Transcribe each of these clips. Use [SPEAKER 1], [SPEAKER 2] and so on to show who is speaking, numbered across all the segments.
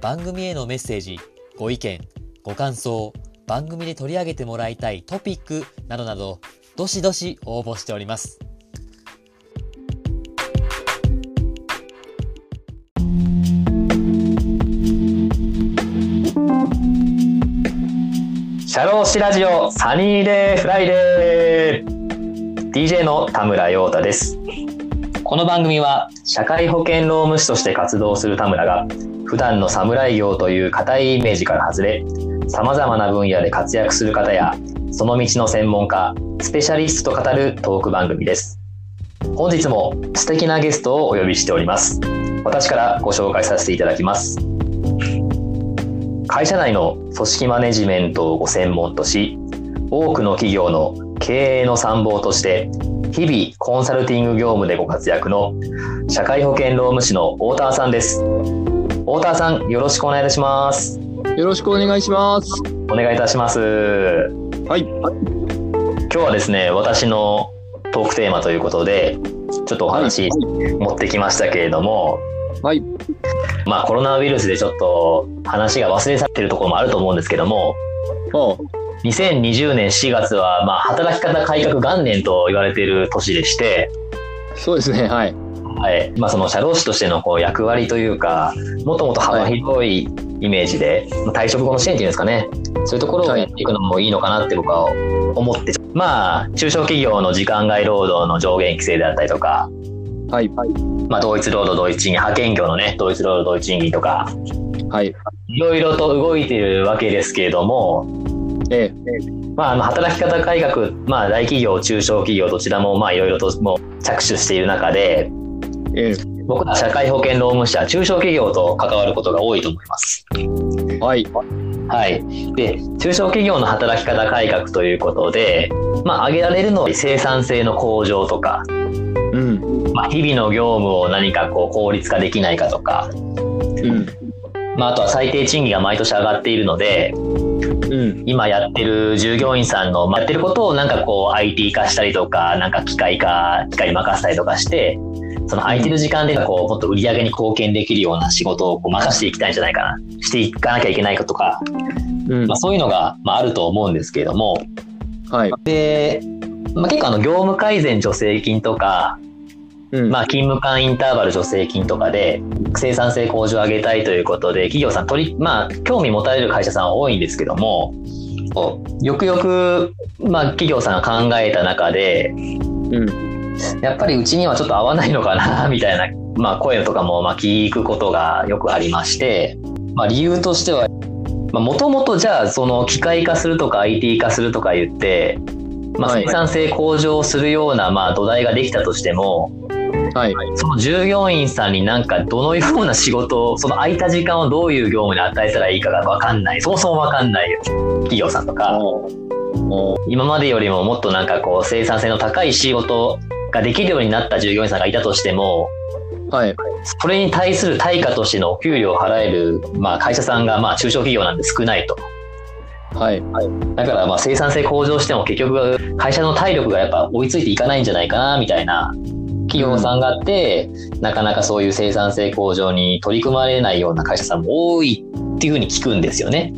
[SPEAKER 1] 番組へのメッセージ、ご意見、ご感想、番組で取り上げてもらいたいトピックなどなど、どしどし応募しております。シャローシラジオサニーデーフライデー DJ の田村陽太ですこの番組は社会保険労務士として活動する田村が普段の侍業という固いイメージから外れさまざまな分野で活躍する方やその道の専門家スペシャリストと語るトーク番組です本日も素敵なゲストをお呼びしております私からご紹介させていただきます会社内の組織マネジメントをご専門とし多くの企業の経営の参謀として日々コンサルティング業務でご活躍の社会保険労務士の太田さんです太田さんよろしくお願いいたします
[SPEAKER 2] よろしくお願いします。
[SPEAKER 1] お願いいたします
[SPEAKER 2] はい。
[SPEAKER 1] 今日はですね私のトークテーマということでちょっとお話持ってきましたけれども、
[SPEAKER 2] はい。
[SPEAKER 1] まあコロナウイルスでちょっと話が忘れ去ってるところもあると思うんですけども
[SPEAKER 2] あ
[SPEAKER 1] 2020年4月はまあ働き方改革元年と言われている年でして、
[SPEAKER 2] あ、そうですね。はい。
[SPEAKER 1] はいまあ、その社労士としてのこう役割というかもともと幅広いイメージで、まあ退職後の支援っていうんですかねそういうところをやっていくのもいいのかなって僕は思ってまあ中小企業の時間外労働の上限規制であったりとか、
[SPEAKER 2] はい。はい。
[SPEAKER 1] まあ、同一労働同一賃金派遣業のね同一労働同一賃金とか
[SPEAKER 2] はい。
[SPEAKER 1] いろいろと動いているわけですけれども、
[SPEAKER 2] ええ。
[SPEAKER 1] まあ、あの働き方改革、まあ、大企業中小企業どちらもまあいろいろともう着手している中で
[SPEAKER 2] え
[SPEAKER 1] 僕ら社会保険労務者中小企業と関わることが多いと思います。
[SPEAKER 2] え。はい。
[SPEAKER 1] はい、で中小企業の働き方改革ということで、まあ、挙げられるのは生産性の向上とか、
[SPEAKER 2] うん。
[SPEAKER 1] まあ、日々の業務を何かこう効率化できないかとか、
[SPEAKER 2] うん。
[SPEAKER 1] まあ、あとは最低賃金が毎年上がっているので
[SPEAKER 2] うん。
[SPEAKER 1] 今やってる従業員さんのまあやってることをなんかこう IT 化したりとかなんか機械化機械に任せたりとかしてその空いてる時間でこうもっと売り上げに貢献できるような仕事をこう任せていきたいんじゃないかなしていかなきゃいけないかとか、
[SPEAKER 2] うん
[SPEAKER 1] まあ、。そういうのがまああると思うんですけれども
[SPEAKER 2] はい。
[SPEAKER 1] で、まあ、結構あの業務改善助成金とか、
[SPEAKER 2] うん。
[SPEAKER 1] まあ、勤務間インターバル助成金とかで生産性向上を上げたいということで企業さん取り、まあ、興味持たれる会社さんは多いんですけどもこうよくよく、まあ、企業さんが考えた中で
[SPEAKER 2] うん。
[SPEAKER 1] やっぱりうちにはちょっと合わないのかな みたいな、まあ、声とかもまあ聞くことがよくありまして、まあ、理由としてはもともとじゃあその機械化するとか IT 化するとか言って、まあ、
[SPEAKER 2] はい
[SPEAKER 1] 生産性向上するようなまあ土台ができたとしても、
[SPEAKER 2] はい。
[SPEAKER 1] その従業員さんになんかどのような仕事をその空いた時間をどういう業務に与えたらいいかが分かんないそもそも分かんない企業さんとか今までよりももっとなんかこう生産性の高い仕事ができるようになった従業員さんがいたとしても
[SPEAKER 2] はい。
[SPEAKER 1] それに対する対価としてのお給料を払える、まあ、会社さんがまあ中小企業なんで少ないと
[SPEAKER 2] はい。
[SPEAKER 1] だからまあ生産性向上しても結局会社の体力がやっぱ追いついていかないんじゃないかなみたいな企業さんがあって、なかなかそういう生産性向上に取り組まれないような会社さんも多いっていうふうに聞くんですよね。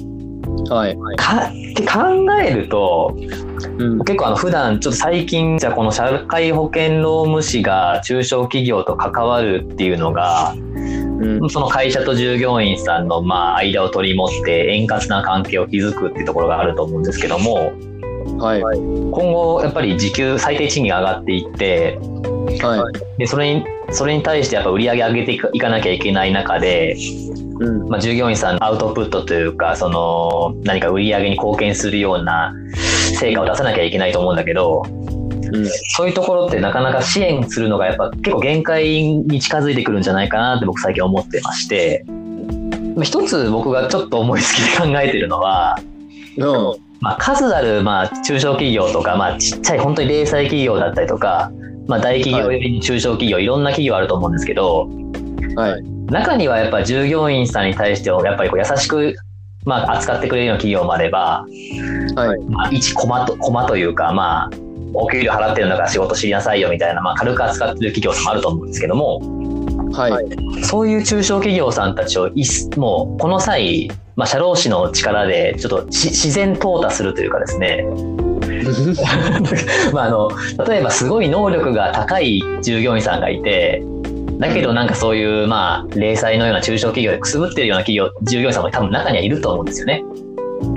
[SPEAKER 2] はい。
[SPEAKER 1] かって考えると
[SPEAKER 2] うん。
[SPEAKER 1] 結構あの普段ちょっと最近じゃあこの社会保険労務士が中小企業と関わるっていうのが
[SPEAKER 2] うん。
[SPEAKER 1] その会社と従業員さんのまあ間を取り持って円滑な関係を築くっていうところがあると思うんですけども。
[SPEAKER 2] はい。はい。
[SPEAKER 1] 今後やっぱり時給最低賃金が上がっていってでそれにそれに対してやっぱ売り上げ上げていかいかなきゃいけない中で、
[SPEAKER 2] うん。
[SPEAKER 1] まあ、従業員さんのアウトプットというかその何か売り上げに貢献するような成果を出さなきゃいけないと思うんだけど
[SPEAKER 2] うん。
[SPEAKER 1] そういうところってなかなか支援するのがやっぱ結構限界に近づいてくるんじゃないかなって僕最近思ってましてまあ一つ僕がちょっと思いつきで考えてるのは、
[SPEAKER 2] うん
[SPEAKER 1] まあ、数あるまあ中小企業とか、まあ、ちっちゃい本当に零細企業だったりとか、まあ、大企業より中小企業、い、ろんな企業あると思うんですけど
[SPEAKER 2] はい
[SPEAKER 1] 中にはやっぱ従業員さんに対してはやっぱりこう優しく、まあ、扱ってくれるような企業もあれば、
[SPEAKER 2] はい
[SPEAKER 1] まあ、一コマとコマというか、まあ、お給料払ってるんだから仕事しなさいよみたいな、まあ、軽く扱ってる企業さんもあると思うんですけども、
[SPEAKER 2] はいはい
[SPEAKER 1] そういう中小企業さんたちをいすもうこの際、まあ、社労士の力でちょっとし自然淘汰するというかですね、 まあ、あの例えばすごい能力が高い従業員さんがいてだけどなんかそういうまあ零細のような中小企業でくすぶってるような企業従業員さんも多分中にはいると思うんですよね。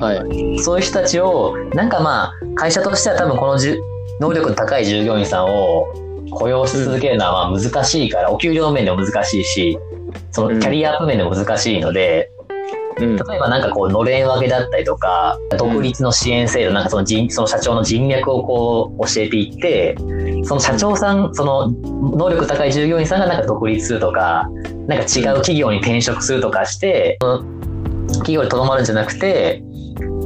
[SPEAKER 2] はい
[SPEAKER 1] そういう人たちをなんかまあ会社としては多分このじゅ能力の高い従業員さんを雇用し続けるのはまあ難しいから、お給料面でも難しいしそのキャリアアップ面でも難しいので、
[SPEAKER 2] うん
[SPEAKER 1] 例えばなんかこうのれん分けだったりとか独立の支援制度なんかその人その社長の人脈をこう教えていってその社長さんその能力高い従業員さんがなんか独立するとかなんか違う企業に転職するとかしてその企業にとどまるんじゃなくて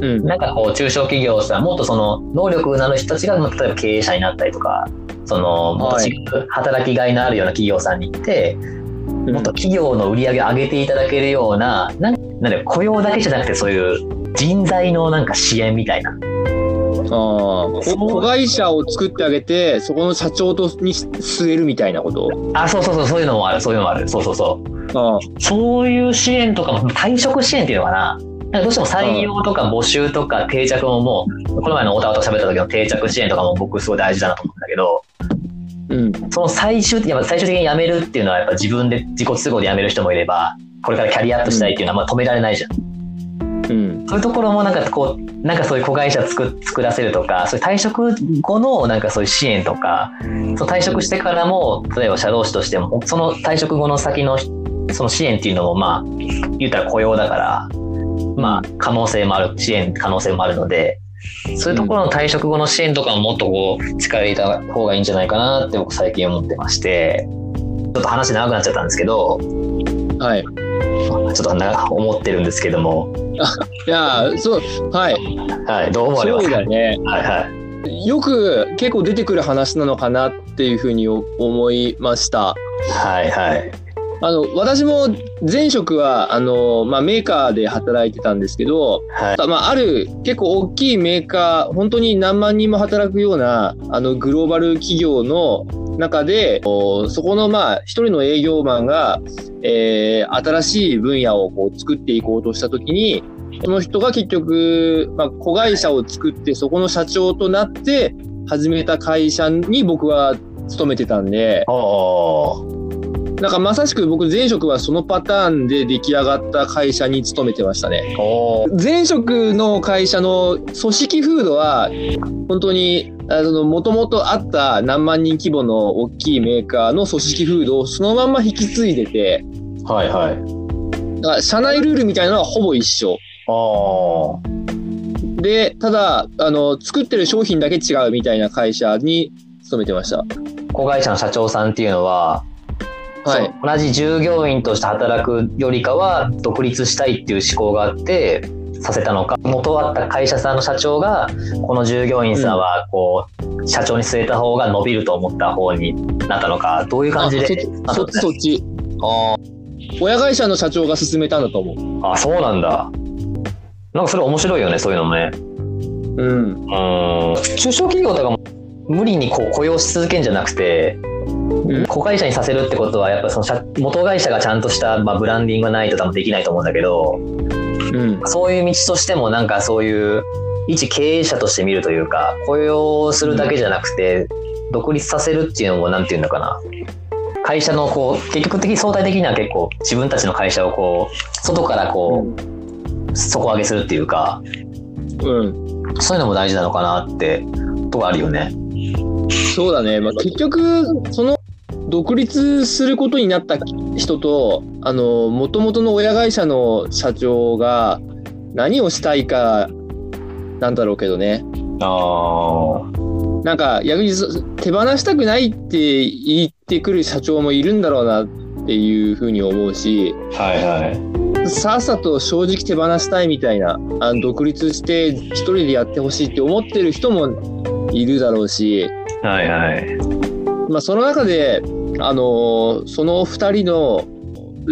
[SPEAKER 2] うん
[SPEAKER 1] なんかこう中小企業さんもっとその能力のある人たちがまあ例えば経営者になったりとかそのもっと違う働きがいのあるような企業さんに行って、もっと企業の売り上げ上げていただけるような、なんなんだろう雇用だけじゃなくて、そういう人材のなんか支援みたいな。
[SPEAKER 2] ああ子会社を作ってあげてそこの社長とに据えるみたいなこと
[SPEAKER 1] あ、そうそうそう、そういうのもある、そういうのもある。そうそうそう。
[SPEAKER 2] ああ
[SPEAKER 1] そういう支援とかも、退職支援っていうのかな。なんかどうしても採用とか募集とか定着ももう、この前のオタオタ喋った時の定着支援とかも僕すごい大事だなと思うんだけど、
[SPEAKER 2] うん
[SPEAKER 1] その最終、やっぱ最終的に辞めるっていうのはやっぱ自分で自己都合で辞める人もいれば、これからキャリアアップしたいっていうのはまあ止められないじゃん。
[SPEAKER 2] うん
[SPEAKER 1] そういうところもなんかこう、なんかそういう子会社作作らせるとか、そういう退職後のなんかそういう支援とか、その退職してからも、例えば社労士としても、その退職後の先のその支援っていうのも、まあ、言うたら雇用だから、まあ、可能性もある、支援可能性もあるので、そういうところの退職後の支援とかももっとこう、力入れた方がいいんじゃないかなって僕最近思ってまして、ちょっと話長くなっちゃったんですけど、
[SPEAKER 2] はい
[SPEAKER 1] ちょっとな思ってるんですけども、
[SPEAKER 2] いやーそうはい
[SPEAKER 1] はい、どう思われま
[SPEAKER 2] そう
[SPEAKER 1] すか
[SPEAKER 2] だね
[SPEAKER 1] はいはい。
[SPEAKER 2] よく結構出てくる話なのかなっていうふうに思いました
[SPEAKER 1] はいはい。
[SPEAKER 2] あの私も前職はあの、まあ、メーカーで働いてたんですけど、
[SPEAKER 1] はい。
[SPEAKER 2] まあ、ある結構大きいメーカー本当に何万人も働くようなあのグローバル企業の中でおそこのまあ一人の営業マンが、えー新しい分野をこう作っていこうとした時にその人が結局、まあ、子会社を作ってそこの社長となって始めた会社に僕は勤めてたんで
[SPEAKER 1] おー
[SPEAKER 2] なんかまさしく僕前職はそのパターンで出来上がった会社に勤めてましたね。
[SPEAKER 1] おー
[SPEAKER 2] 前職の会社の組織風土は本当にもともとあった何万人規模の大きいメーカーの組織風土をそのまんま引き継いでて
[SPEAKER 1] はいはい。
[SPEAKER 2] だから社内ルールみたいなのはほぼ一緒
[SPEAKER 1] おー
[SPEAKER 2] でただあの作ってる商品だけ違うみたいな会社に勤めてました
[SPEAKER 1] 子会社の社長さんっていうのは、
[SPEAKER 2] はい
[SPEAKER 1] そう同じ従業員として働くよりかは独立したいっていう思考があってさせたのか元あった会社さんの社長がこの従業員さんはこう、社長に据えた方が伸びると思った方になったのかどういう感じで
[SPEAKER 2] あそそそっち親会社の社長が勧めたんだと思
[SPEAKER 1] あそうなんだなんかそれ面白いよねそういうのもね
[SPEAKER 2] ううん
[SPEAKER 1] うん中小企業とかも無理にこう雇用し続けんじゃなくて、
[SPEAKER 2] うん
[SPEAKER 1] 子会社にさせるってことはやっぱその社元会社がちゃんとした、まあ、ブランディングがないと多分できないと思うんだけど
[SPEAKER 2] うん
[SPEAKER 1] そういう道としてもなんかそういう一経営者として見るというか雇用するだけじゃなくて独立させるっていうのもなんていうのかな会社のこう結局的に相対的には結構自分たちの会社をこう外からこう底上げするっていうか
[SPEAKER 2] うん
[SPEAKER 1] そういうのも大事なのかなってとこあるよね。
[SPEAKER 2] そうだね、まあ、結局その独立することになった人とあの元々の親会社の社長が何をしたいかなんだろうけどね
[SPEAKER 1] あ
[SPEAKER 2] なんか逆にそ手放したくないって言ってくる社長もいるんだろうなっていうふうに思うし
[SPEAKER 1] あはいはい
[SPEAKER 2] さっさと正直手放したいみたいな、あの独立して一人でやってほしいって思ってる人もいるだろうし、
[SPEAKER 1] はいはい。
[SPEAKER 2] まあ、その中で、あのーその2人の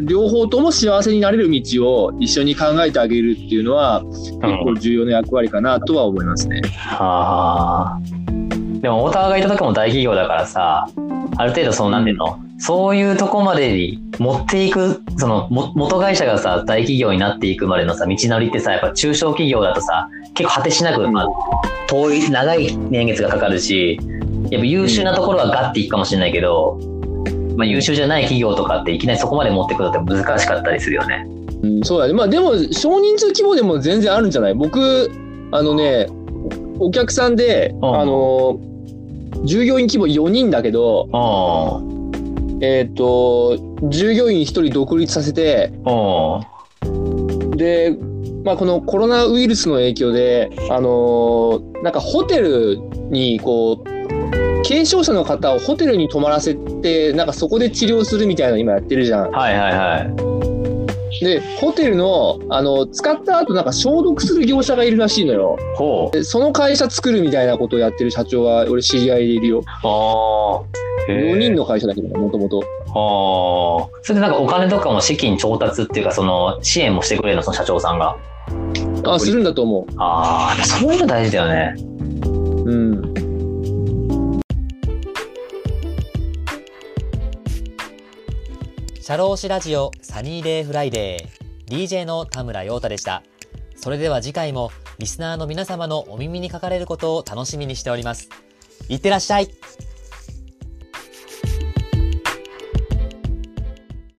[SPEAKER 2] 両方とも幸せになれる道を一緒に考えてあげるっていうのは結構重要な役割かなとは思いますね。
[SPEAKER 1] はあ。でも、太田がいたとこも大企業だからさ、ある程度その、なんていうの、そういうとこまでに持っていく、その、も元会社がさ、大企業になっていくまでのさ、道のりってさ、やっぱ中小企業だとさ、結構果てしなく、
[SPEAKER 2] うん
[SPEAKER 1] まあ、遠い、長い年月がかかるし、やっぱ優秀なところはガッていくかもしれないけど、まあ、優秀じゃない企業とかっていきなりそこまで持っていくのって難しかったりするよね。
[SPEAKER 2] うん、そうだね。まあでも少人数規模でも全然あるんじゃない僕、あのね、お客さんで、
[SPEAKER 1] うん
[SPEAKER 2] あのー従業員規模4人だけど、
[SPEAKER 1] うん。
[SPEAKER 2] えっ、と、従業員1人独立させて、
[SPEAKER 1] うん。
[SPEAKER 2] で、まあ、このコロナウイルスの影響で、あのーなんかホテルにこう軽症者の方をホテルに泊まらせてなんかそこで治療するみたいなの今やってるじゃん。
[SPEAKER 1] はいはいはい。
[SPEAKER 2] でホテルのあの使った後なんか消毒する業者がいるらしいのよ。
[SPEAKER 1] ほう。
[SPEAKER 2] でその会社作るみたいなことをやってる社長は俺知り合いでいるよ。
[SPEAKER 1] ああ。
[SPEAKER 2] 4人
[SPEAKER 1] の。
[SPEAKER 2] の会社だけどもともと。
[SPEAKER 1] ああ。それでなんかお金とかも資金調達っていうか、その支援もしてくれるの、その社長さんが。
[SPEAKER 2] あするんだと思
[SPEAKER 1] ああ、そういうの大事だよね。
[SPEAKER 2] う。うん。
[SPEAKER 3] シャローシラジオサニーデイフライデー DJ の田村陽太でした。それでは次回もリスナーの皆様のお耳にかかれることを楽しみにしております。いってらっしゃい